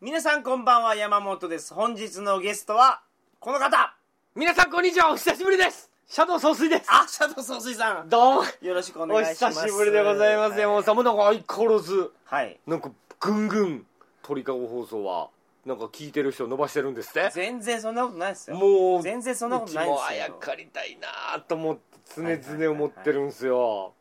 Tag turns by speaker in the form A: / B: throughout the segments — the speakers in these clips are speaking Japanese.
A: 皆さんこんばんは山本です本日のゲストはこの方
B: 皆さんこんにちはお久しぶりですシャドウ総帥です
A: あシャドウ総帥さん
B: どうも
A: よろしくお
B: お
A: 願いしま
B: 久
A: す
B: しぶりでございます山
A: は
B: 本さんもなんか相変わらず
A: はい
B: なんかぐんぐん鳥かご放送はなんか聞いてる人伸ばしてるんですって
A: 全然そんなことないですよ
B: もう
A: 全然そんなことないですよ
B: うちもあやかりたいなと思って常々思ってるんですよ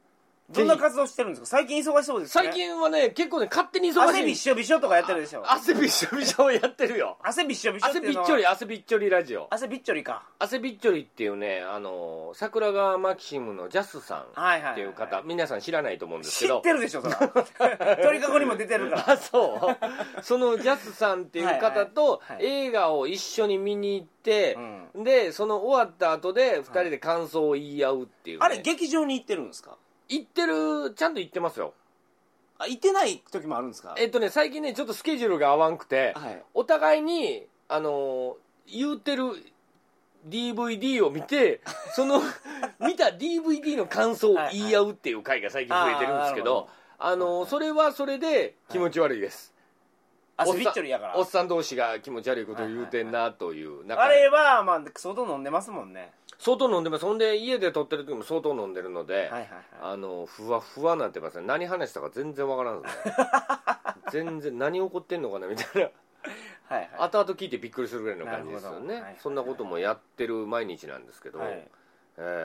A: どんな活動してるんですか最近忙しそうですね
B: 最近はね結構ね勝手に忙
A: 汗びっ
B: しい
A: しょびしょとかやってるでしょ
B: 汗びっしょびしょをやってるよ
A: 汗びっしょびしょって
B: 汗
A: いう
B: び
A: の
B: っ
A: は
B: ちょり汗びっちょりラジオ
A: 汗びっちょりか
B: 汗びっちょりっていうねあの桜川マキシムのジャスさん
A: はいはいはいはい
B: っていう方皆さん知らないと思うんです
A: 知
B: けど
A: ってるでしょそら 鳥かごにも出てるから
B: あそう そのジャスさんっていう方と
A: はいはいは
B: 映画を一緒に見に行って、
A: う
B: でその終わった後で2人で感想を言い合うっていうね、
A: あれ劇場に行ってるんですか
B: 行ってるちゃんと行ってますよ
A: あ行ってない時もあるんですか
B: えっとね最近ねちょっとスケジュールが合わんくて、
A: はい
B: お互いにあのー言うてる DVD を見 てその見た DVD の感想を言い合うっていう回が最近増えてるんですけどあ
A: るほど
B: のーそれはそれで気持ち悪いです、
A: 汗
B: おっ
A: び
B: さ
A: っ
B: ん
A: ちょりやから
B: おっさん同士が気持ち悪いことを言うてんなという中
A: あ
B: で、
A: れはまあ相当飲んでますもんね
B: 相当飲んでますほんで家で撮ってる時も相当飲んでるので、
A: はいはいはい
B: あのふわふわなってますね何話したか全然わか らんですね全然何起こってんのかなみたいな
A: はいはい
B: 後々聞いてびっくりするぐらいの感じですよ
A: なるほど
B: ね、
A: はいはい
B: そんなこともやってる毎日なんですけど、
A: はい
B: え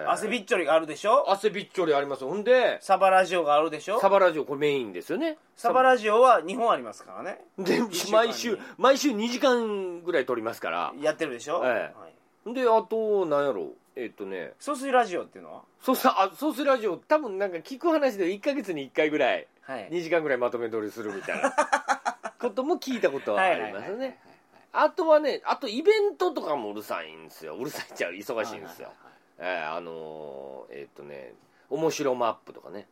B: ー
A: 汗びっちょりがあるでしょ
B: 汗びっちょりありますほんで
A: サバラジオがあるでしょ
B: サバラジオこれメインですよね
A: サバラジオは2本ありますからね
B: で
A: 週間に
B: 毎週毎週2時間ぐらい撮りますから
A: やってるでしょ
B: ええ
A: はい
B: であとなんやろえっとね
A: 総水ラジオっていうのは
B: そうすあそうするラジオ多分なんか聞く話で1か月に1回ぐらい
A: はい
B: 2時間ぐらいまとめ撮りするみた いなことも聞いたことはありま
A: は
B: す
A: いはいはいはい
B: ねあとはねあとイベントとかもうるさいんですようるさいっちゃう忙しいんですよえーあのーえーっとね面白マップとかね、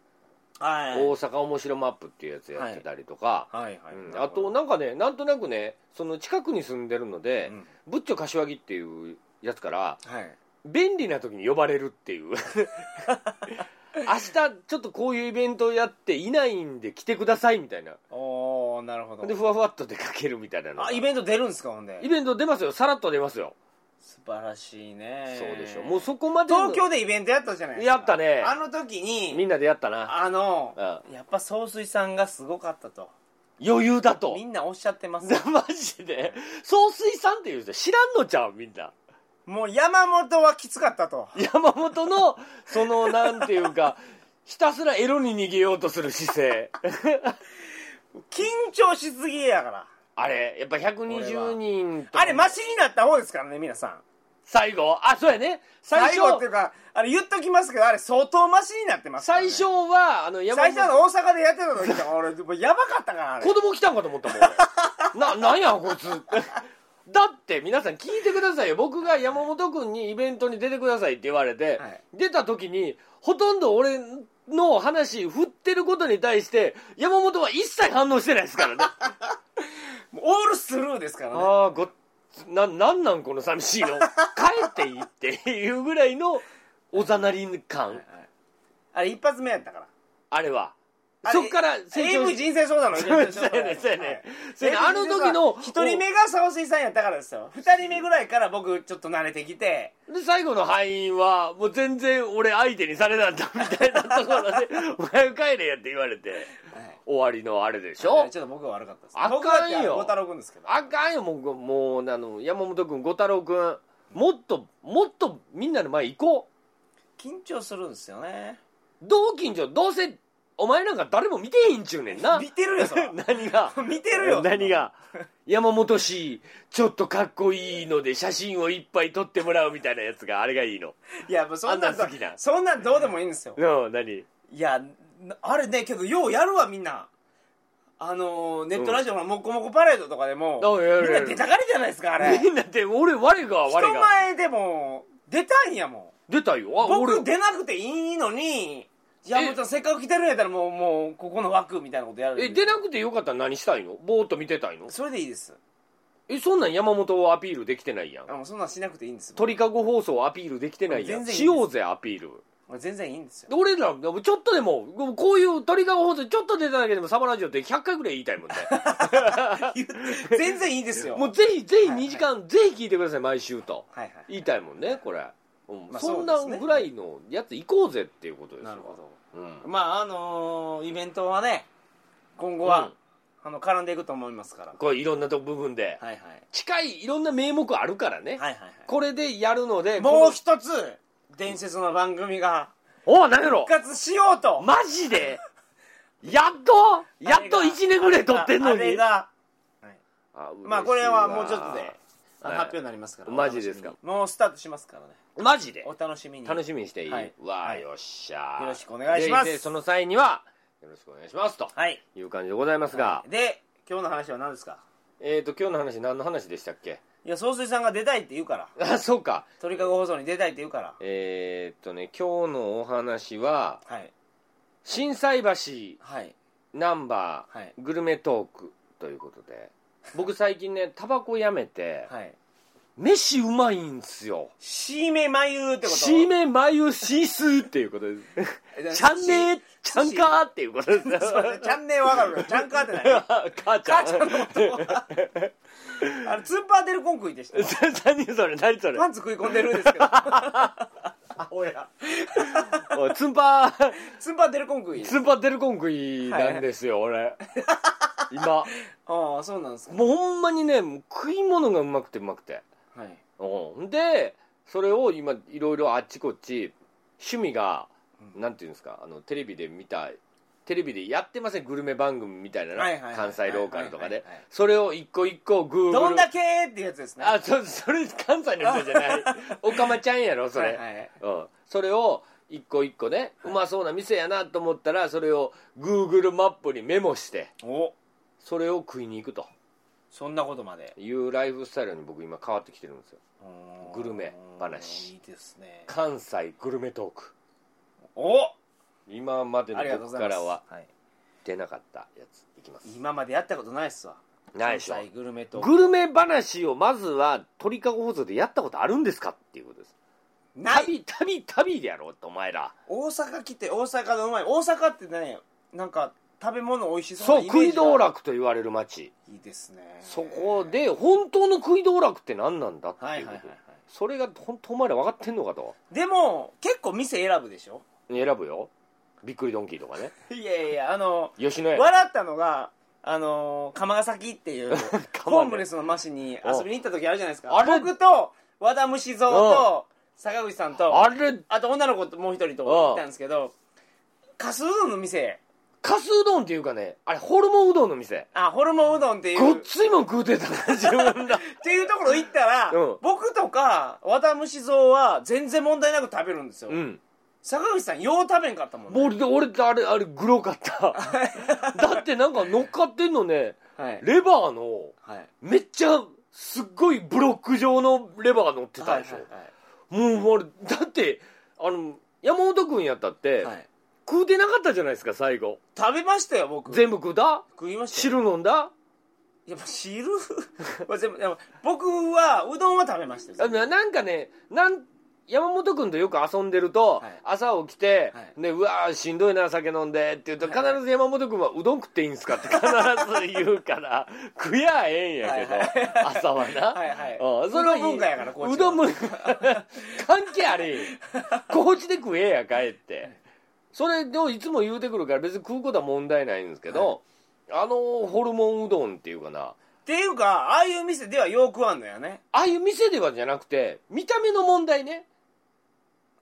A: はい
B: 大阪面白マップっていうやつやってたりとか、
A: はいはい
B: うんあとなんかねなんとなくねその近くに住んでるので、
A: うん
B: ブッチョ柏木っていうやつから
A: はい
B: 便利な時に呼ばれるっていう 明日ちょっとこういうイベントやっていないんで来てくださいみたいな
A: おおなるほど
B: でふわふわっと出かけるみたいなのが
A: あイベント出るんですかほんで
B: イベント出ますよさらっと出ますよ、
A: 素晴らしいね
B: そうでしょもうそこまでの
A: 東京でイベントやったじゃないですか
B: やったね
A: あの時
B: み
A: に
B: んなでやったな
A: あの
B: う
A: やっぱ総帥さんがすごかったと
B: 余裕だと
A: みんなおっしゃってます
B: マジで総帥さんっていう人知らんのちゃうみんな
A: もう山本はきつかったと
B: 山本のそのなんていうかひたすらエロに逃げようとする姿勢
A: 緊張しすぎやから
B: あれやっぱ120人とか
A: あれマシになった方ですからね皆さん
B: 最後あそうやね最初
A: 最後っていうかあれ言っときますけどあれ相当マシになってますから、
B: 最
A: ね、
B: 初はあの山
A: 最
B: 本
A: 初の大阪でやってた時とか俺もうやばかったからあれ
B: 子供来たんかと思ったもん俺ななんやこいつ だって皆さん聞いてくださいよ僕が山本君にイベントに出てくださいって言われて、
A: はい
B: 出た時にほとんど俺の話振ってることに対して山本は一切反応してないですか らね
A: もうオールスルーですからね
B: ああごっつななんなんこの寂しいの帰っていいっていうぐらいのおざなり感
A: あれ一発目やったから
B: あれは
A: あれ
B: そっから成長
A: AV
B: し
A: 人生相談のイベントでしょ
B: そうやねそうやねそうやね
A: はい
B: あの時の
A: 一人目が総帥さんやったからですよ二人目ぐらいから僕ちょっと慣れてきて
B: で最後の敗因はもう全然俺相手にされなんだみたいなところで「お前帰れや」って言われて終わりのあれでし
A: ちょ
B: ょ
A: っと僕は悪かったです
B: あかんよ
A: 僕はってあの小太郎君ですけど
B: あかんよもうもうあの山本君五太郎君もっともっとみんなの前行こ
A: 緊張するんですよね
B: う同近所どうせお前なんか誰も見てへんちゅうねんな
A: 見てるよそ ら
B: 何が
A: 見てるよ
B: 何が山本氏ちょっとかっこいいので写真をいっぱい撮ってもらうみたいなやつがあれがいいの
A: いやもうそんなんど
B: あんなん好きな
A: そんなんどうでもいいんですよ
B: うん何
A: いやなあれねけどようやるわみんなあのーネットラジオの「もこもこパレード」とかでも、
B: あやる
A: みんな
B: やる
A: 出たがりじゃないですかあ れ
B: みんなって俺我が我
A: 人
B: が
A: 前でも出たいんやもん
B: 出たよあ
A: 僕出なくていいのに山本さんせっかく来てるんやったらもうもうここの枠みたいなことやる
B: え出なくてよかったら何したいのぼーっと見てたいの
A: それでいいです
B: えそんなん山本をアピールできてないやん
A: あのそんなんしなくていいんです
B: 鳥かご放送をアピールできてないや
A: 全然い
B: ん
A: いです
B: しようぜアピール
A: 全然いいんですよ
B: で俺らでもちょっとでもこういうトリガー放送ちょっと出ただけでもサバラジオって100回ぐらい言いたい もんね
A: 全然いいですよ
B: もうぜひぜひ2時間、ぜひ聞いてください毎週と
A: はいはい
B: 言いたいもんねこれ、うん
A: まあ
B: そん
A: そ
B: な
A: うですね
B: ぐらいのやつ行こうぜっていうことですよ
A: なるほど
B: うん、
A: まああのーイベントはね今後は、
B: うん
A: あの絡んでいくと思いますから
B: これいろんなとこ部分で、
A: はいはい
B: 近いいろんな名目あるからね、
A: はいはいは
B: これでやるので
A: いもう
B: こ
A: 一つ伝説の番組が
B: のお何やろ
A: 復活しようと
B: マジでやっとやっと
A: あれが
B: 1年ぐらい撮ってんの
A: あれ
B: に
A: が
B: あ
A: まあこれはもうちょっと
B: 嬉しい
A: で
B: わ
A: あの
B: はい
A: 発表になりますから
B: マジですか
A: お楽しみにもうスタートしますからね
B: マジで
A: お楽しみに
B: 楽しみにしていい、
A: はい
B: わあ、
A: はい
B: よっしゃー
A: よろしくお願いします
B: ぜひぜひその際にはよろしくお願いしますと
A: はい
B: いう感じでございますが、
A: で今日の話は何ですか
B: えっ、と今日の話何の話でしたっけ
A: いや総帥さんが出たいって言うから
B: あそうか
A: 鳥かご放送に出たいって言うから
B: えっ、とね今日のお話は
A: はい
B: 心斎橋
A: はい
B: ナンバー、
A: はい
B: グルメトークということで僕最近ねタバコやめて、
A: はい
B: 飯うまいんすよ
A: しめまゆってこと
B: しめまゆしすっていうことで
A: え
B: すちゃんねーちゃんかーっていうことです
A: そうね チャンネルわかるからチャンカーって何
B: 母ちゃん
A: あれツーパーデルコンクイでした
B: 何それ何それ
A: パンツ食い込んでるん ですけどおや
B: おいツンパー
A: ツーパーデルコンクイ
B: ツンパーデルコンクイなんですよ、俺今
A: ああそうなんですか
B: もうほんまにねもう食い物がうまくてうまくて
A: はい
B: うんでそれを今いろいろあっちこっち趣味が、
A: うん
B: なんていうんですかあのテレビで見たテレビでやってませんグルメ番組みたいなの
A: はいはいはい
B: 関西ローカルとか
A: はい
B: で
A: はいはい
B: それを一個一個グー
A: どんだけっていうやつですね
B: あそそれ関西の人じゃ ないおかまちゃんやろそれ、
A: はいはい
B: うん、それを一個一個ね、うまそうな店やなと思ったらそれを Google マップにメモして
A: お
B: それを食いに行くと
A: そんなことまで
B: いうライフスタイルに僕今変わってきてるんですよグルメ
A: い
B: 話
A: いですね
B: 関西グルメトーク
A: お
B: 今までの
A: ありがとうご
B: 僕
A: ざ
B: か
A: います
B: らは
A: はい
B: 出なかったやついきます
A: 今までやったことないっすわ
B: ないでしょ
A: 関西グルメと
B: グルメ話をまずは鳥かご放送でやったことあるんですかっていうことです
A: ない
B: 旅旅旅でやろうとお前ら
A: 大阪来て大阪のうまい大阪ってねなんか食べ物美味しそう
B: そう
A: なイメー
B: 食い
A: ジが
B: 道楽と言われる街
A: いいですね
B: そこで本当の食い道楽って何なんだって
A: はい
B: い
A: はいうは
B: こ
A: い、は
B: と
A: い、
B: それが本当お前ら分かってんのかと
A: でも結構店選ぶでしょ
B: 選ぶよびっくりドンキーとか ね
A: いやいやあの
B: 吉野家
A: 笑ったのがあの釜ヶ崎っていうホームレスの町に遊びに行った時あるじゃないですか
B: あれ
A: 僕と和田虫蔵と坂口さんと
B: あれ
A: あと女の子ともう一人と行ったんですけどかすうどんの店
B: かすうどんっていうかねあれホルモンうどんの店
A: あホルモンうどんっていう
B: ごっ
A: っ
B: ついもん食うてたな自 分ら
A: ていうところ行ったら、
B: うん
A: 僕とか和田虫蔵は全然問題なく食べるんですよ、
B: うん
A: 坂口さんよう食べんかったもんね
B: 俺で俺ってあれあれグロかっ ただってなんか乗っかってんのね
A: はい
B: レバーの
A: はい
B: めっちゃすっごいブロック状のレバー乗ってたでしょ、
A: はいはい
B: もう俺だってあの山本君やったって、
A: はいはい
B: 食うてなかったじゃないですか最後
A: 食べましたよ僕
B: 全部食うた
A: 食いましたよ
B: 汁飲んだ
A: いやっぱ汁 まあ全部でも僕はうどんは食べました
B: あ
A: よ
B: ななんかねなん山本君とよく遊んでると、
A: はい
B: 朝起きて、
A: はい
B: ね、うわーしんどいな酒飲んでって言うと、
A: はい
B: 必ず山本君はうどん食っていいんすかって必ず言うから食やええんやけど、
A: はい
B: 朝はな。
A: はいはいう
B: うん
A: どん文化やからこっちは
B: うどん文化 関係あれへん高知で食えや帰ってそれをいつも言うてくるから別に食うことは問題ないんですけど、あのホルモンうどんっていうかな
A: っていうかああいう店ではよう食わんのやね
B: ああいう店ではじゃなくて見た目の問題ね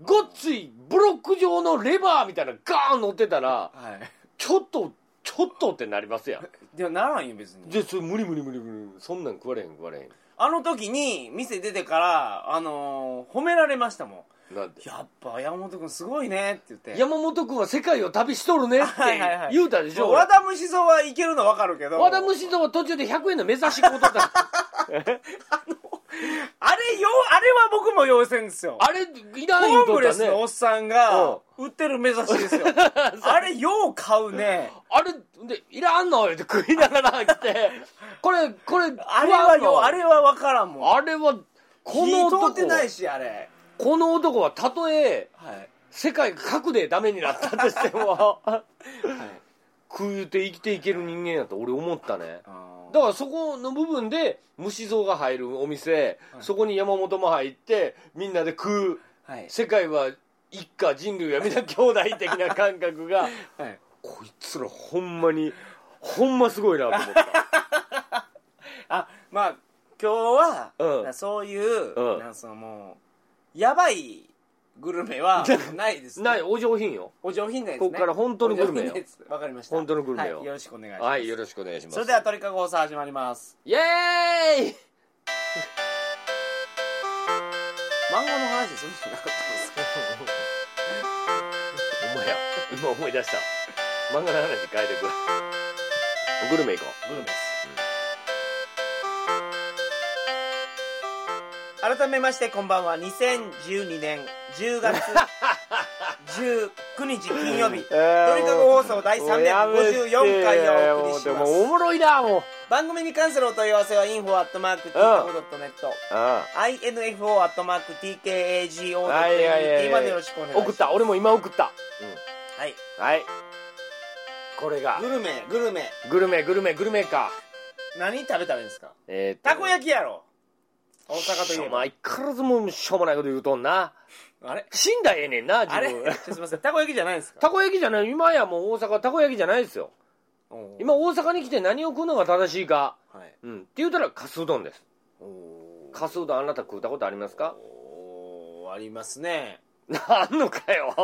B: ごっついブロック状のレバーみたいなのガーン乗ってたら
A: はい
B: ちょっとちょっとってなりますやん
A: でもならんよ別に
B: でそれ無理無理無理無理そんなん食われへん食われへん
A: あの時に店出てからあのー褒められましたも
B: なんて
A: んやっぱ山本君すごいねって言って
B: 山本君は世界を旅しとるねって
A: はいはいはい
B: 言うたでしょ
A: 和田虫蔵はいけるの分かるけど
B: 和田虫蔵は途中で100円の目指し買うとった
A: あれよあれは僕も要せんですよ
B: あれいらん言
A: ホ
B: う
A: ー
B: と
A: ム
B: っ
A: レ
B: た
A: スのお
B: ね
A: っさんが売ってる目指しで すよあれよう買うね
B: あれでいらんの言うて食いながら来てこれこれ
A: あれは
B: 食わん
A: よ
B: の
A: あれは分からんもん
B: あれはこの
A: 火
B: 男
A: 通ってないしあれ
B: この男はたとえ
A: はい
B: 世界各でダメになったとしても 食うて生きていける人間やと俺思ったね
A: あ
B: だからそこの部分で虫像が入るお店、
A: はい
B: そこに山本も入ってみんなで食う
A: ーはい
B: 世界は一家人類はみんな兄弟的な感覚が
A: はい
B: こいつらほんまにほんますごいなと思った
A: あまあ今日は、
B: うん
A: なそういう、
B: うん
A: なんかそのもうやばいグルメはないです、
B: ないお上品よ
A: お上品なやつ、ね、
B: こっから本当のグルメ
A: お
B: よ
A: 上品なやつわかりました
B: 本当のグルメよ
A: はい、よろしくお願いします、
B: はいよろしくお願いします
A: それでは鳥かご放送始まります
B: イエーイ
A: 漫画の話そんなのなかったんですか
B: お前や今思い出した漫画の話変えてくグルメ行こ
A: グルメです、改めましてこんばんは2012年10月 19日金曜日
B: う鳥
A: 鳥かご放送第354回をお送りしま
B: もうお
A: す
B: もろいなもう
A: 番組に関するお問い合わせは info.tkago.net
B: あ
A: info.tkago.net までよろしくお願いします
B: 送った俺も今送った、
A: はい
B: はいこれが
A: グルメグルメ
B: グルメグルメグルメか
A: 何食べたらいいんですか
B: えーと
A: たこ焼きやろ大阪
B: し
A: とい
B: ょ
A: え
B: うま
A: ば
B: あ相変わらずもうしょうもないこと言うとんな
A: あれ
B: 死んだらええねんな自
A: あれ
B: 分
A: すいませんたこ焼きじゃないんですか
B: たこ焼きじゃない今やもう大阪はたこ焼きじゃないですよ
A: おー
B: 今大阪に来て何を食うのが正しいか、
A: はい
B: うん、って言ったらかすうどんです
A: お
B: かすうどんあなた食うたことありますか
A: おーありますね
B: あんのか よ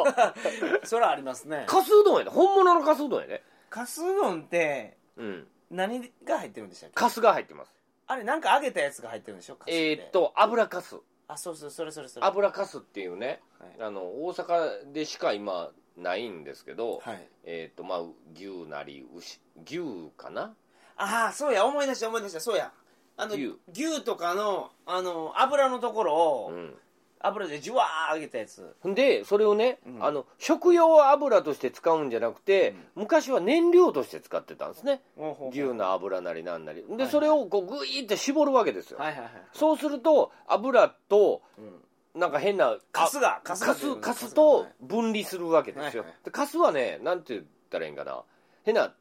A: それはありますね
B: かすうどんやで本物のかすうどんやで
A: かすうどんって
B: うん
A: 何が入ってるんでしたっけ
B: かすが入ってます
A: あれなんか揚げたやつが入ってるんでしょかすて
B: えーっと油かす
A: あそうそうそれそれそれ
B: 油かすっていうね
A: はい
B: あの大阪でしか今ないんですけど、
A: はい
B: えーっとまあ牛なり牛牛かな
A: ああそうや思い出した思い出したそうやあの
B: 牛
A: 牛とかのあの油のところを、
B: うん
A: 油でじゅわー揚げたやつ
B: ほんでそれをね、
A: うん
B: あの食用油として使うんじゃなくて、昔は燃料として使ってたんですね牛
A: は
B: の油なりなんなり
A: いは
B: で
A: い
B: それをこうグイーって絞るわけですよ、
A: いはいはい、
B: そうすると油と
A: うん、
B: なんか変な
A: カスが
B: カ
A: カ
B: ス
A: ス
B: カ
A: が
B: スと分離するわけですよ、
A: はいはい
B: でカスはねなんて言ったらいいんかな変な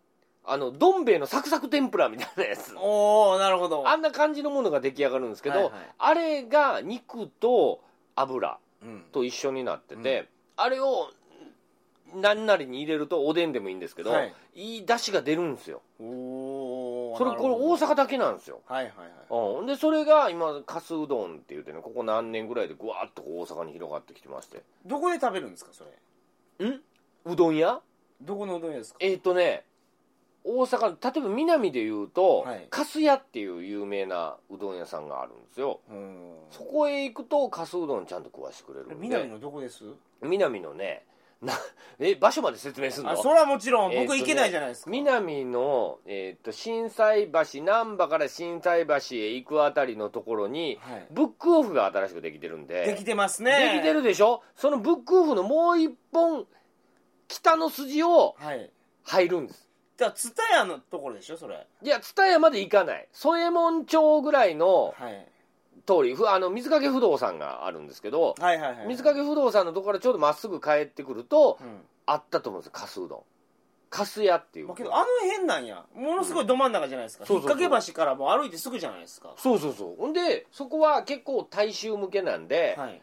B: あのどん兵衛のサクサク天ぷらみたいなやつ
A: おおなるほど
B: あんな感じのものが出来上がるんですけど、
A: はいはい
B: あれが肉と油
A: うん
B: と一緒になってて、あれを何なりに入れるとおでんでもいいんですけど、
A: はいい、
B: い出汁が出るんですよ
A: おお
B: それこれ大阪だけなんですよ
A: はいはいはい
B: うん、でそれが今かすうどんって言ってねここ何年ぐらいでぐわっとこう大阪に広がってきてまして
A: どこで食べるんですかそれ
B: んうどん屋
A: どこのうどん屋ですか
B: えっ、とね大阪例えば南で言うと、
A: はい
B: かす屋っていう有名なうどん屋さんがあるんですよ
A: うん
B: そこへ行くとかすうどんちゃんと食わしてくれるんで
A: 南のどこです
B: 南のねな え場所まで説明するの
A: あそれはもちろん
B: えーと
A: 僕
B: ね
A: 行けないじゃないですか、
B: 南の、えー、と心斎橋難波から心斎橋へ行くあたりのところに、
A: はい
B: ブックオフが新しくできてるんで
A: できてますね
B: できてるでしょそのブックオフのもう一本北の筋を
A: はい
B: 入るんです
A: じゃあ蔦屋のところでしょそれ
B: いや蔦屋まで行かない添右衛門町ぐらいの
A: はい
B: 通りふあの水掛不動産があるんですけど
A: はいはいはい
B: 水掛不動産のとこからちょうどまっすぐ帰ってくると
A: うん
B: あったと思うんですよかすうどんかす屋っていう
A: まあ、けどあの辺なんやものすごいど真ん中じゃないですか、
B: そう
A: 引っ
B: そうそう
A: 掛け橋からもう歩いてすぐじゃないですか
B: そうそうそうほんでそこは結構大衆向けなんで、
A: はい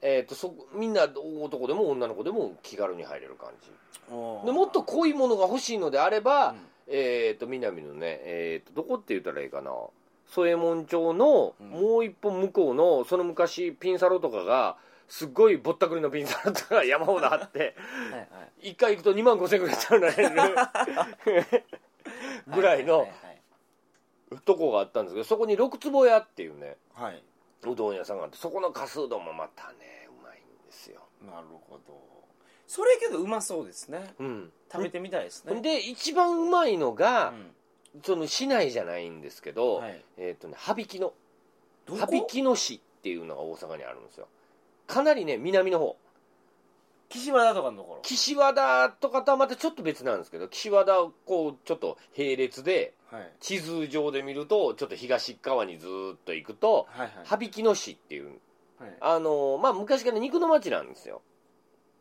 B: えー、とそこみんな男でも女の子でも気軽に入れる感じで
A: で
B: もっと濃いものが欲しいのであれば、
A: うん
B: えっ、と南のね、えー、とどこって言ったらいいかな添右衛門町の
A: うん
B: もう一本向こうの、その昔ピンサロとかがすっごいぼったくりのピンサロ とかが山ほどあって
A: はいはい
B: 一回行くと2万5千ぐらいちゃう なれるぐら
A: は
B: いの
A: いはい
B: とこがあったんですけどそこに六坪屋っていうね
A: はい、はいう
B: どん屋さんがあってそこのかすうどんもまたねうまいんですよ
A: なるほどそれけどうまそうですね
B: うん
A: 食べてみたいですね、
B: で一番うまいのが、
A: う
B: その市内じゃないんですけど、
A: んはい、
B: えっ、とね羽曳の
A: ど
B: 羽
A: こ
B: 曳野市っていうのが大阪にあるんですよかなりね南の方
A: 岸和田とかのところ
B: 岸和田とかとはまたちょっと別なんですけど岸和田をこうちょっと並列で
A: はい
B: 地図上で見るとちょっと東側にずーっと行くと
A: はいはい
B: 羽曳野市っていう
A: はい
B: あのーまあ昔から肉の町なんですよ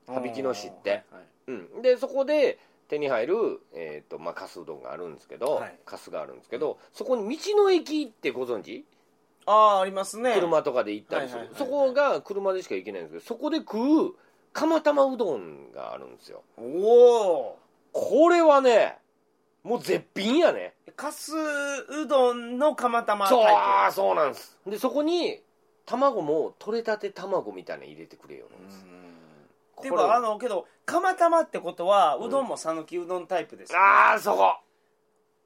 B: 羽曳野市って、
A: はいはい
B: うん、でそこで手に入る、えーとまあ、カスうどんがあるんですけど、
A: はい
B: カスがあるんですけどそこに道の駅ってご存知
A: ああありますね
B: 車とかで行ったりする、
A: はいはいはい
B: そこが車でしか行けないんですけどそこで食う釜玉うどんがあるんですよ
A: おお
B: これはねもう絶品やね
A: ーかすうどんの釜玉
B: そう
A: タ
B: あ
A: イ
B: ーそうなんですでそこに卵も取れたて卵みたいなの入れてくれよ
A: プ
B: るんです、
A: で
B: これ
A: もあのけど釜玉ってことは
B: うん
A: うどんも讃岐うどんタイプですよね
B: あーそこ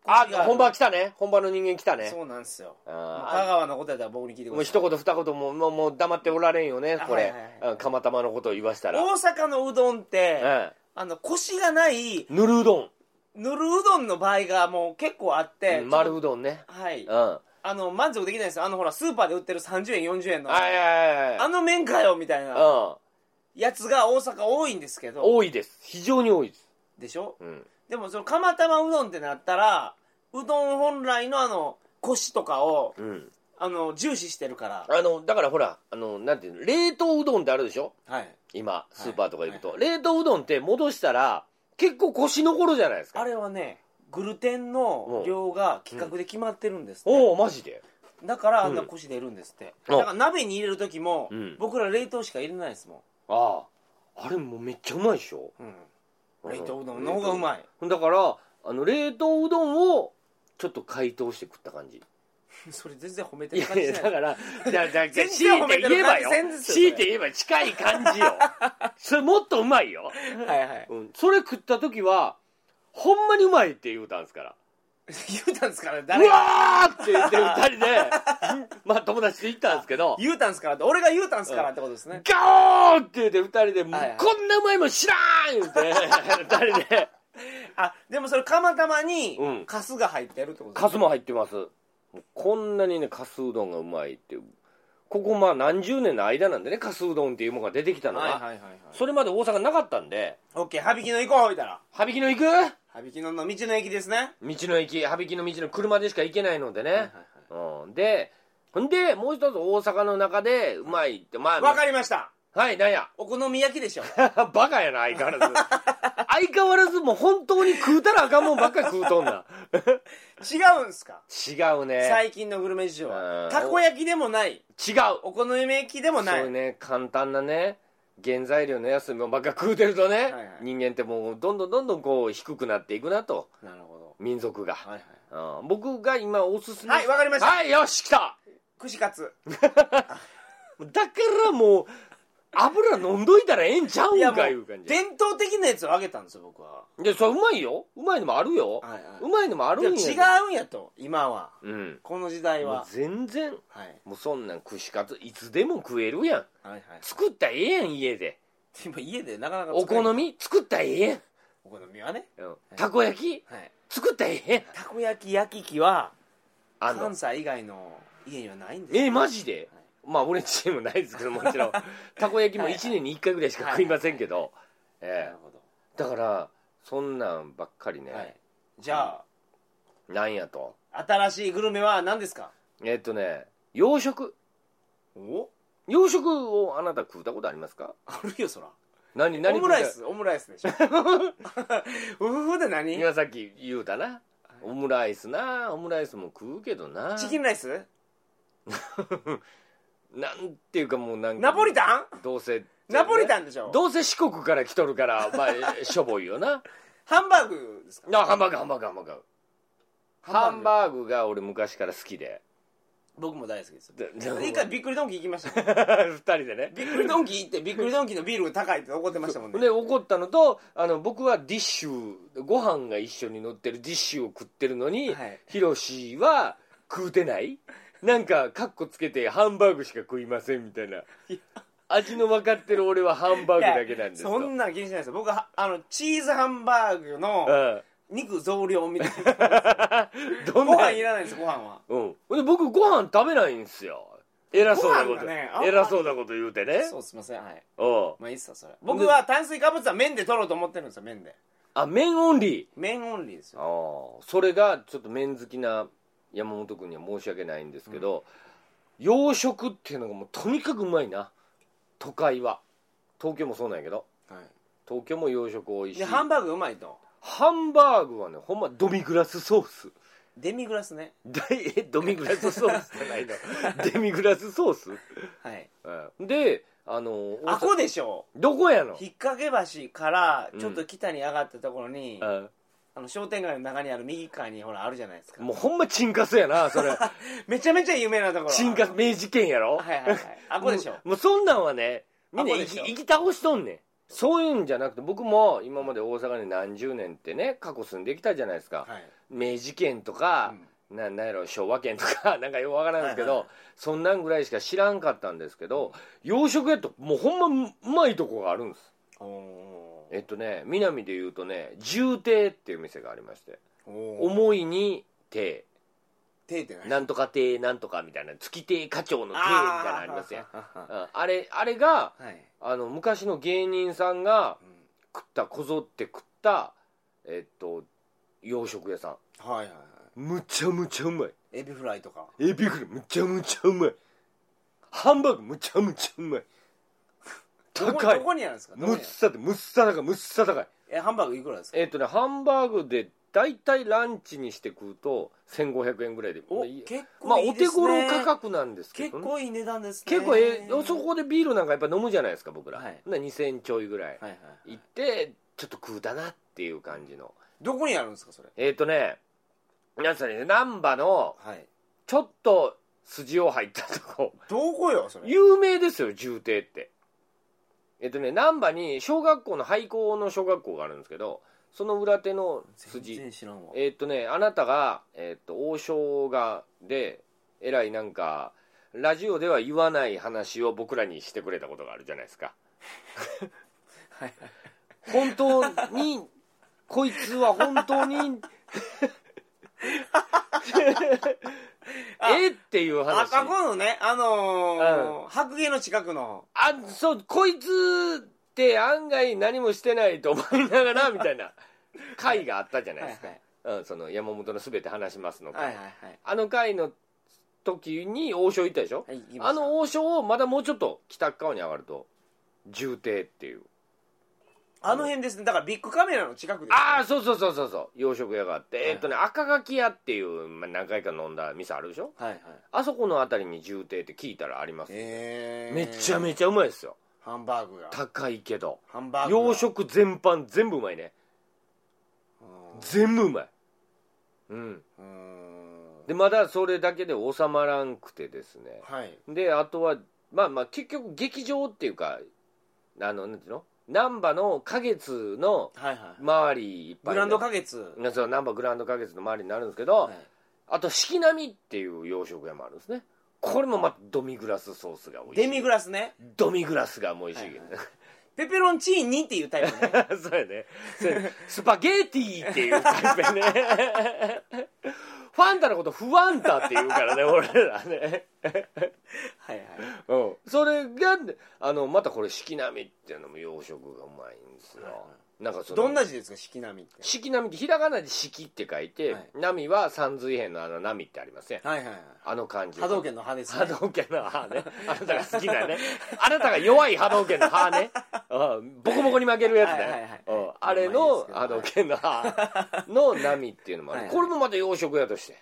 B: あ
A: コシがる
B: 本場来たね本場の人間来たね
A: そうなんですよもう香
B: あ
A: 川のことやったら僕に聞いて
B: ー
A: く
B: もう
A: ださい
B: 一言二言ももうもう黙っておられんよねこ
A: は
B: れ
A: いはい
B: うん釜玉のことを言わしたら、う
A: 大阪のうどんって、
B: ん、
A: あのコシがない
B: ぬるうどん
A: ぬるうどんの場合がもう結構あって、
B: うん丸うどんね
A: はい
B: うん
A: あの満足できないですよあのほらスーパーで売ってる30円40円の
B: はいはい
A: あの麺かよみたいな
B: は
A: やつが大阪多いんですけ
B: いうん
A: ど
B: 多いです非常に多いです
A: でしょ
B: うん
A: でもその釜玉うどんってなったらうどん本来のあのコシとかを
B: うん
A: あの重視してるから
B: あのだからほらあのなんていうの冷凍うどんってあるでしょ
A: はい
B: 今スーパーとか行くと、
A: は
B: 冷凍うどんって戻したら結構腰残るじゃないですか
A: あれはねグルテンの量が規格で決まってるんですって
B: おおマジで
A: だからあんなコシ出るんですって、
B: うん
A: だから鍋に入れる時も、
B: うん
A: 僕ら冷凍しか入れないですも
B: あああれもうめっちゃうまいでしょ
A: ん、うん、冷凍うどんの方がうまい
B: だからあの冷凍うどんをちょっと解凍して食った感じ
A: それ全然褒めて
B: い
A: る感
B: やい
A: じ
B: や
A: じゃ
B: だ
A: ない
B: からいやだから
A: 全
B: 強
A: 然
B: い
A: 褒め
B: て
A: て
B: 言え
A: る
B: ば
A: 感
B: よ
A: じせんですよ
B: 強いて言えば近い感じよそれもっとうまいよ、
A: はいはい
B: うん、それ食った時はほんまにうまいって言うたんですから
A: 言うたんですから
B: う
A: 誰が
B: わーって言って2人 でまあ友達で行ったんですけど
A: 言うたんですからって俺が言うたんですからってことですね、
B: ガオーって言って二人で、
A: はいはい
B: こんなうまいもん知らん言って、二人で。
A: あでもそれ釜玉に
B: うん
A: カスが入ってるってこと
B: カスも入ってます。こんなにね、カスうどんがうまいっていう。ここまあ何十年の間なんでね、カスうどんっていうものが出てきたのが。
A: はいはいはいはい
B: それまで大阪なかったんで、
A: オッケー羽曳野行こうほいたら
B: 羽曳野行く
A: 羽曳野の道の駅ですね
B: 道の駅、羽曳野道の車でしか行けないのでね。
A: はいはい
B: うん、で、ほんで、もう一つ大阪の中でうまいって、まあ、
A: わかりました
B: はい、なんや。
A: お好み焼きで しょ
B: バカやな、相変わ らず。相変わらずもう本当に食うたらあかんもんばっかり食うとんな。
A: 違うんすか
B: 違うね
A: 最近のグルメ事情
B: う
A: は
B: ん
A: たこ焼きでもない
B: 違う
A: お好み焼きでもない
B: そういうね簡単なね原材料の安いもんばっか食うてるとね、
A: いはい
B: 人間ってもうどんどんどんどんこう低くなっていくなと
A: なるほど
B: 民族が、
A: はいはい
B: うん、僕が今おすすめ
A: はいわかりました
B: はいよし来た
A: 串カツ
B: だからもう油飲んどいたらええんちゃうん
A: いやも
B: かいう感
A: う
B: じ
A: 伝統的なやつをあげたんですよ僕は
B: でそれうまいようまいのもあるよ、
A: はいはいう
B: まいのもあるんや
A: でも違うんやと今は
B: うん
A: この時代
B: もう
A: は
B: 全然
A: はい
B: もうそんなん串カツいつでも食えるやん
A: はいはい
B: 作ったらええやん家で
A: 今家でなかなか
B: お
A: 作れない
B: 好み作ったらええやん
A: お好みはね
B: うんたこ焼き
A: はい
B: 作ったらええやん
A: たこ焼き焼き器は
B: あの
A: 関西以外の家にはないんですよ
B: えマジで、まあ俺んちにもないですけどもち ろんたこ焼きも1年に1回ぐらいしか食いませんけど、
A: な
B: え
A: るほど、
B: えだからそんなんばっかりね、
A: はい、じゃ
B: なんやと
A: あ新しいグルメは何ですか
B: えっとね洋食
A: お
B: 洋食をあなた食うたことありますか
A: あるよそら
B: 何何
A: オムライスオムライスでし ょうふふで
B: 食う
A: 何
B: 今さっき言うたなオムライスなオムライスも食うけどな
A: チキンライス
B: なんていうかもうなんか
A: ナポリタン
B: どうせ、
A: ナポリタンでしょ
B: どうせ四国から来とるから まあしょぼいよな
A: ハンバーグですか
B: あハンバーグハンバーグハンバーグハンバーグが俺昔から好きで
A: 僕も大好きです
B: でで
A: 一 回びっくりドンキー行きましたよ
B: 2人でね
A: びっくりドンキー行ってびっくりドンキーのビールが高いって怒ってましたもんね
B: で怒ったのとあの僕はディッシュご飯が一緒に乗ってるディッシュを食ってるのに
A: はい
B: ヒロシは食うてないなんかカッコつけてハンバーグしか食いませんみたいな味の分かってる俺はハンバーグだけなんですと
A: そんなん気にしないですよ僕はあのチーズハンバーグの
B: うん
A: 肉増量みたい な
B: どん
A: ご
B: な
A: 飯いらないですご飯は
B: うんほんで僕ご飯食べないんですよ偉そうなこ
A: ご
B: と、
A: 飯がねあんまり
B: 偉そうなこと言うてね
A: そうすいませんはい
B: うん
A: まあいいっすよそれ僕は炭水化物は麺で取ろうと思ってるんですよ麺で
B: あ麺オンリー
A: 麺オンリーですよ
B: ああそれがちょっと麺好きな山本君には申し訳ないんですけど、洋食っていうのがもうとにかくうまいな都会は東京もそうなんやけど東京も洋食美味しい
A: でハンバーグうまいと
B: ハンバーグはねほんまドミグラスソース
A: デミグラスね
B: 大えドミグラスソースじゃな いのデミグラスソース、
A: はい
B: うんであの大阪
A: あこでしょ
B: どこやの
A: 引っ掛け橋から
B: うん
A: ちょっと北に上がったところに、
B: うん
A: あの商店街の中にある右側にほらあるじゃないですか
B: もうほんまチンカスやな それ
A: めちゃめちゃ有名なところ
B: チンカス明治圏やろ
A: はいはいはいあこでしょ
B: もうもうそんなんはねみんな
A: あこ
B: 生
A: でし
B: き
A: ょ
B: 生き倒しとんねんそういうんじゃなくて僕も今まで大阪に何十年ってね過去住んできたじゃないですか、
A: はい
B: 明治圏とか、ななんやろ昭和圏とか なんかよくわからんですけど、
A: はいはい
B: そんなんぐらいしか知らんかったんですけど洋食やともうほんまうまいとこがあるんです
A: うんお
B: えっとね南で言うとね重亭っていう店がありまして
A: ーお
B: 思いに亭
A: 手ってない
B: なんとか亭なんとかみたいな月亭課長の亭みたいなのありますやん
A: あー
B: うんあれあれが
A: はい
B: あの昔の芸人さんが
A: うん
B: 食ったこぞって食ったえっと洋食屋さん
A: はいはいはい
B: むちゃむちゃうまい
A: エビフライとか
B: エビフライむちゃむちゃうまいハンバーグむちゃむちゃうまい
A: どこ
B: 高い
A: どこにあるんですかどこ
B: むっ
A: にある
B: さってむっさ高いむっさ高い
A: えハンバーグいくらですか
B: えっとねハンバーグで大体ランチにして食うと1500円ぐらいで
A: お
B: いい
A: 結
B: まあ
A: 構いい
B: お
A: で
B: 手
A: すね
B: 頃価格なんですけ
A: 結
B: どね
A: 構いい値段ですね
B: 結構ええそこでビールなんかやっぱ飲むじゃないですか僕ら、
A: はい
B: な2000ちょいぐらい、
A: はいはい
B: 行ってちょっと食うたなっていう感じの
A: どこにあるんですかそれ
B: えっ、ー、とねなんすかね難波の
A: はい
B: ちょっと筋を入ったとこ
A: どこよそれ
B: 有名ですよ重低ってえっ、とね難波に小学校の廃校の小学校があるんですけどその裏手の
A: 全
B: 筋
A: 然知らんわ
B: えっ、とねあなたが、えー、と王将がでえらいなんかラジオでは言わない話を僕らにしてくれたことがあるじゃないですか
A: はい
B: 本当にこいつは本当にえっていう
A: あ
B: 話
A: 過去のねあのー白芸の近くの
B: あそうこいつって案外何もしてないと思いながらみたいな回があったじゃないですか、
A: はい
B: うん、その山本のすべて話しますのか、
A: はいはい
B: あの回の時に王将行ったでしょ、
A: はい行きま
B: あ
A: した
B: の王将をまだもうちょっと北側に上がると重帝っていう
A: あの辺ですねだからビッグカメラの近くです
B: ああそうそうそうそうそう洋食屋があって、
A: はい
B: えっとね赤垣屋っていう、まあ、何回か飲んだ店あるでしょ
A: はいはい
B: あそこの辺りに重帝って聞いたらあります、
A: え
B: めちゃ
A: ち
B: めちゃうまいですよ
A: ゃハンバーグが
B: 高いけど
A: ハンバーグが
B: 洋食全般全部うまいね
A: うん
B: 全部うまいうん
A: うん
B: でまだそれだけで収まらんくてですね
A: はい
B: であとはまあまあ結局劇場っていうかあのなんていうの難波の花月の
A: はいはい
B: 周りいっぱい
A: ブランド花月
B: 月そう難波グランド花月の周りになるんですけど、
A: はい
B: あと四季並みっていう洋食屋もあるんですねこれもまたドミグラスソースが美味しい
A: デミグラスね
B: ドミグラスが美味しいけど、
A: はいペペロンチーニっていうタイプね
B: そうやねそうやねスパゲーティっていうタイプや ねファンタのことフワンタって言うからね俺らね
A: はいはい
B: うんそれがあのまたこれ四季並みっていうのも洋食がうまいんですよ、
A: はいは
B: なんかその
A: どんな字ですか四季並みって
B: 四季並みってひらがなで四季って書いて、
A: はい
B: 波は三髄編のあの波ってありません
A: はいはいはい
B: あの感じ
A: 波動拳の波ですね
B: 波動拳の歯 ねあなたが好きなねあなたが弱い波動拳の歯ね、うん、ボコボコに負けるやつね、
A: はいはいはい
B: うんあれ
A: うまいです
B: の
A: けど
B: 波動拳の歯の波っていうのもある、
A: はいはい
B: これもまた洋食屋として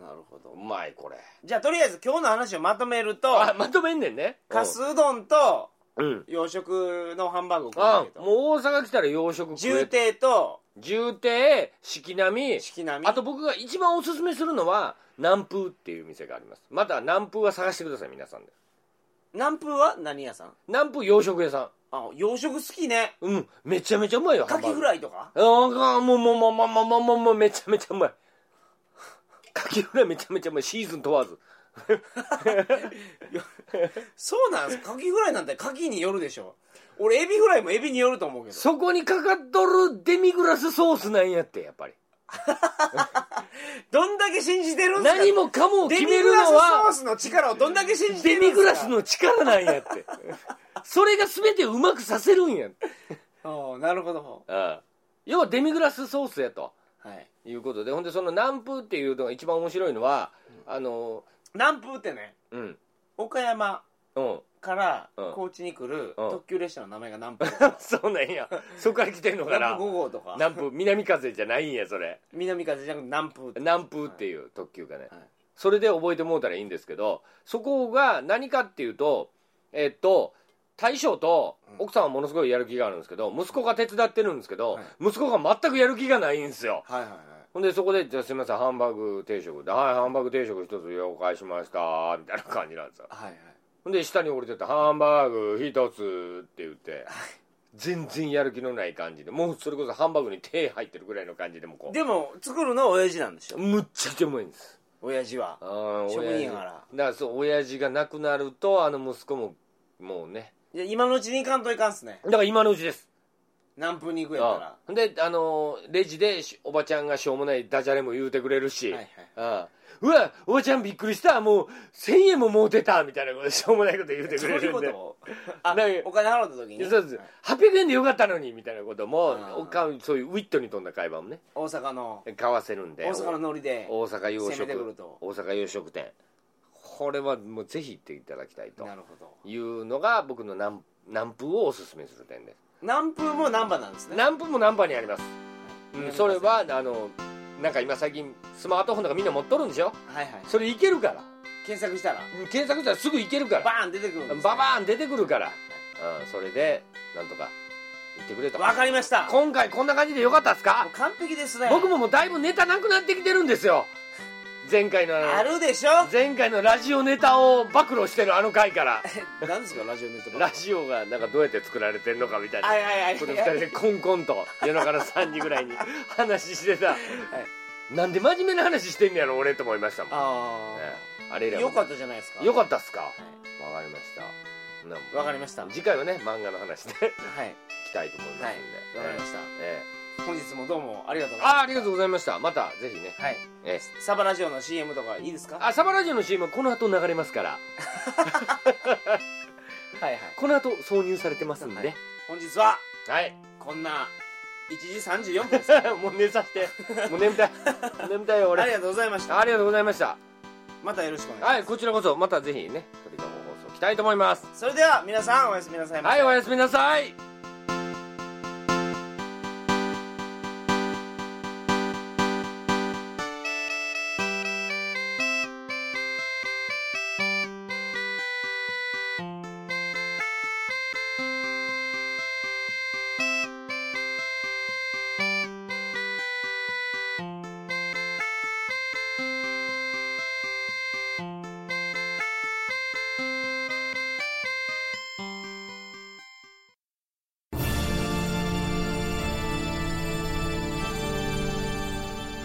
A: なるほど
B: うまいこれ
A: じゃあとりあえず今日の話をまとめると
B: あまとめんねんね
A: かすうどんと
B: うんうん
A: 洋食のハンバーグを食
B: あ
A: うけ
B: も
A: ど
B: う大阪来たら洋食食え
A: 重低と
B: 重低四季並み
A: 四季並み
B: あと僕が一番おすすめするのは南風っていう店がありますまた南風は探してください皆さんで
A: 南風は何屋さん
B: 南風洋食屋さん
A: あ洋食好きね
B: うんめちゃめちゃうまいよハ
A: カ
B: ンバー
A: キ
B: グ
A: フライとか
B: あーもうもうもうもうもうもうもうもうめちゃめちゃうまいかきフライめちゃめちゃうまいシーズン問わず
A: そうなんですカキフライなんてカキによるでしょ俺エビフライもエビによると思うけど
B: そこにかかっとるデミグラスソースなんやってやっぱり
A: どんだけ信じてるんですか
B: 何もかもを
A: デ
B: 決
A: ミ
B: め
A: グ
B: るの
A: ラスソー
B: は
A: スの力をどんだけ信じて
B: デ
A: るんで
B: ミ
A: すか
B: グラスの力なんやってそれが全てうまくさせるんやって
A: ああなるほど
B: ああ要はデミグラスソースやと
A: はい
B: いうことでほんでその南風っていうのが一番面白いのはあの
A: 南風ってね
B: うん
A: 岡山
B: うん
A: から
B: うん
A: 高知に来る
B: うん
A: 特急列車の名前が何分
B: そうなんやそこから来てんのか
A: 南
B: な
A: 部5号とか
B: 南風南風じゃないんやそれ
A: 南風じゃなくて南風って
B: 南風っていう特急がね、
A: はい
B: それで覚えてもうたらいいんですけどそこが何かっていうとえっと大将と
A: うん
B: 奥さんはものすごいやる気があるんですけど息子が手伝ってるんですけど、
A: はい
B: 息子が全くやる気がないんですよ
A: はいはいはい
B: ほんでそこで「じゃあすみませんハンバーグ定食ではいハンバーグ定食一つ了解しました」みたいな感じなんですよ
A: はいはい
B: ほんで下に降りてった「ハンバーグ一つ」って言って全然やる気のない感じでもうそれこそハンバーグに手入ってるぐらいの感じでもうこ
A: でも作るのは親父なんでし
B: う
A: ょ
B: むっちゃくちゃうまいんです
A: 親父は
B: ああ
A: 職員やから
B: だからそう親父が亡くなるとあの息子ももうね
A: いや今のうちに行かんといかんっすね
B: だから今のうちです
A: 南風に行くやったら
B: ああであのーレジでしおばちゃんがしょうもないダジャレも言うてくれるし、
A: はいはい
B: ああうわおばちゃんびっくりしたもう1000円ももうてたみたいなことしょうもないこと言うてく
A: どう
B: れ
A: いう
B: るん
A: こ
B: で
A: とあ
B: なんか
A: お金払った時に
B: そうです
A: はい
B: 800円でよかったのにみたいなことも
A: ああ
B: おかそういうウィットに富んだ会話もね
A: 大阪の
B: 買わせるんで
A: 大阪のノリで
B: 大阪洋
A: 攻めてくる
B: 食
A: と
B: 大阪洋食店これはもうぜひ行っていただきたいと
A: なるほど
B: いうのが僕の南南風をおすすめする点です
A: 南風も南波なんですね
B: 南風も南波にあります、うん、それは
A: 南
B: あのなんか今最近スマートフォンとかみんな持っとるんでしょ
A: 波ですねはいはい
B: それいけるから
A: 検索したら
B: うん検索したらすぐいけるから
A: バーン出てくるんですね
B: ババーン出てくるから、うん、それでなんとか言ってくれと
A: わかりましたも
B: 今回こんな感じでよかったですか
A: う完璧ですね
B: 僕ももうだいぶネタなくなってきてるんですよ前回のあの
A: あるでしょ
B: 前回のラジオネタを暴露してるあの回から
A: 何ですかラジオネット
B: ラジオがなんかどうやって作られてんのかみたいな
A: はいはいはい
B: この二人でコンコンと夜中の3時ぐらいに話してた、なんで真面目な話してんねやろ俺と思いましたもんあ,、
A: あ
B: ね、あれ以
A: あ
B: 来
A: よかったじゃないですか
B: よかったっすかわ
A: は
B: かりましたほない
A: わかりましたはい
B: 次回はね漫画の話で
A: はい
B: いきたいと思いますんで、
A: わかりました
B: え
A: 本日もどうもありがとう
B: え
A: ございま
B: ああありがとうございましたまたぜひね
A: すはい
B: ええ
A: サバラジオの CM とかいいですか
B: あサバラジオの CM はこの後流れますから
A: はいはい
B: この後挿入されてますんで
A: はい本日は
B: はい
A: こんな1時34分ですね
B: もう寝させてもう眠 たい眠たいよ俺
A: ありがとうございました
B: ありがとうございました
A: またよろしくお願いします、
B: はいこちらこそまたぜひね鳥籠放送来たいと思います
A: それでは皆さんおやすみなさいま
B: は
A: せ
B: いおやすみなさい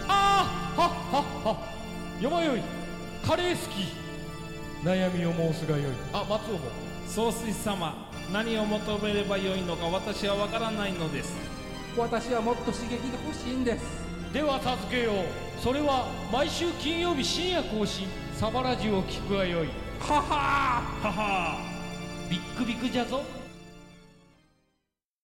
C: あーはっはっは山よいカレー好き悩みを申すがよいあ松尾も
D: 総帥様何を求めればよいのか私は分からないのです
E: 私はもっと刺激が欲しいんです
C: では助けようそれは毎週金曜日深夜更新サバラジュを聞くがよいははーははービックビックじゃぞ